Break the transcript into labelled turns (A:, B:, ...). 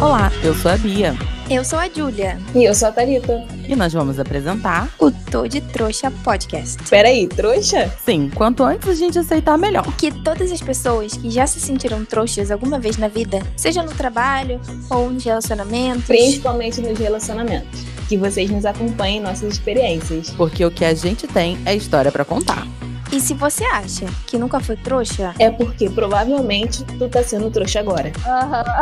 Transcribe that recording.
A: Olá, eu sou a Bia
B: Eu sou a Júlia
C: E eu sou a Thalita.
A: e nós vamos apresentar.
B: o Tô de Trouxa Podcast.
C: Peraí, trouxa?
A: Sim, quanto antes a gente aceitar, melhor.
B: Que todas as pessoas que já se sentiram trouxas alguma vez na vida, seja no trabalho ou nos relacionamentos,
C: Principalmente nos relacionamentos. Que vocês nos acompanhem em nossas experiências.
A: Porque o que a gente tem é história pra contar.
B: e se você acha que nunca foi trouxa,
C: É porque provavelmente tu tá sendo trouxa agora.
D: Aham.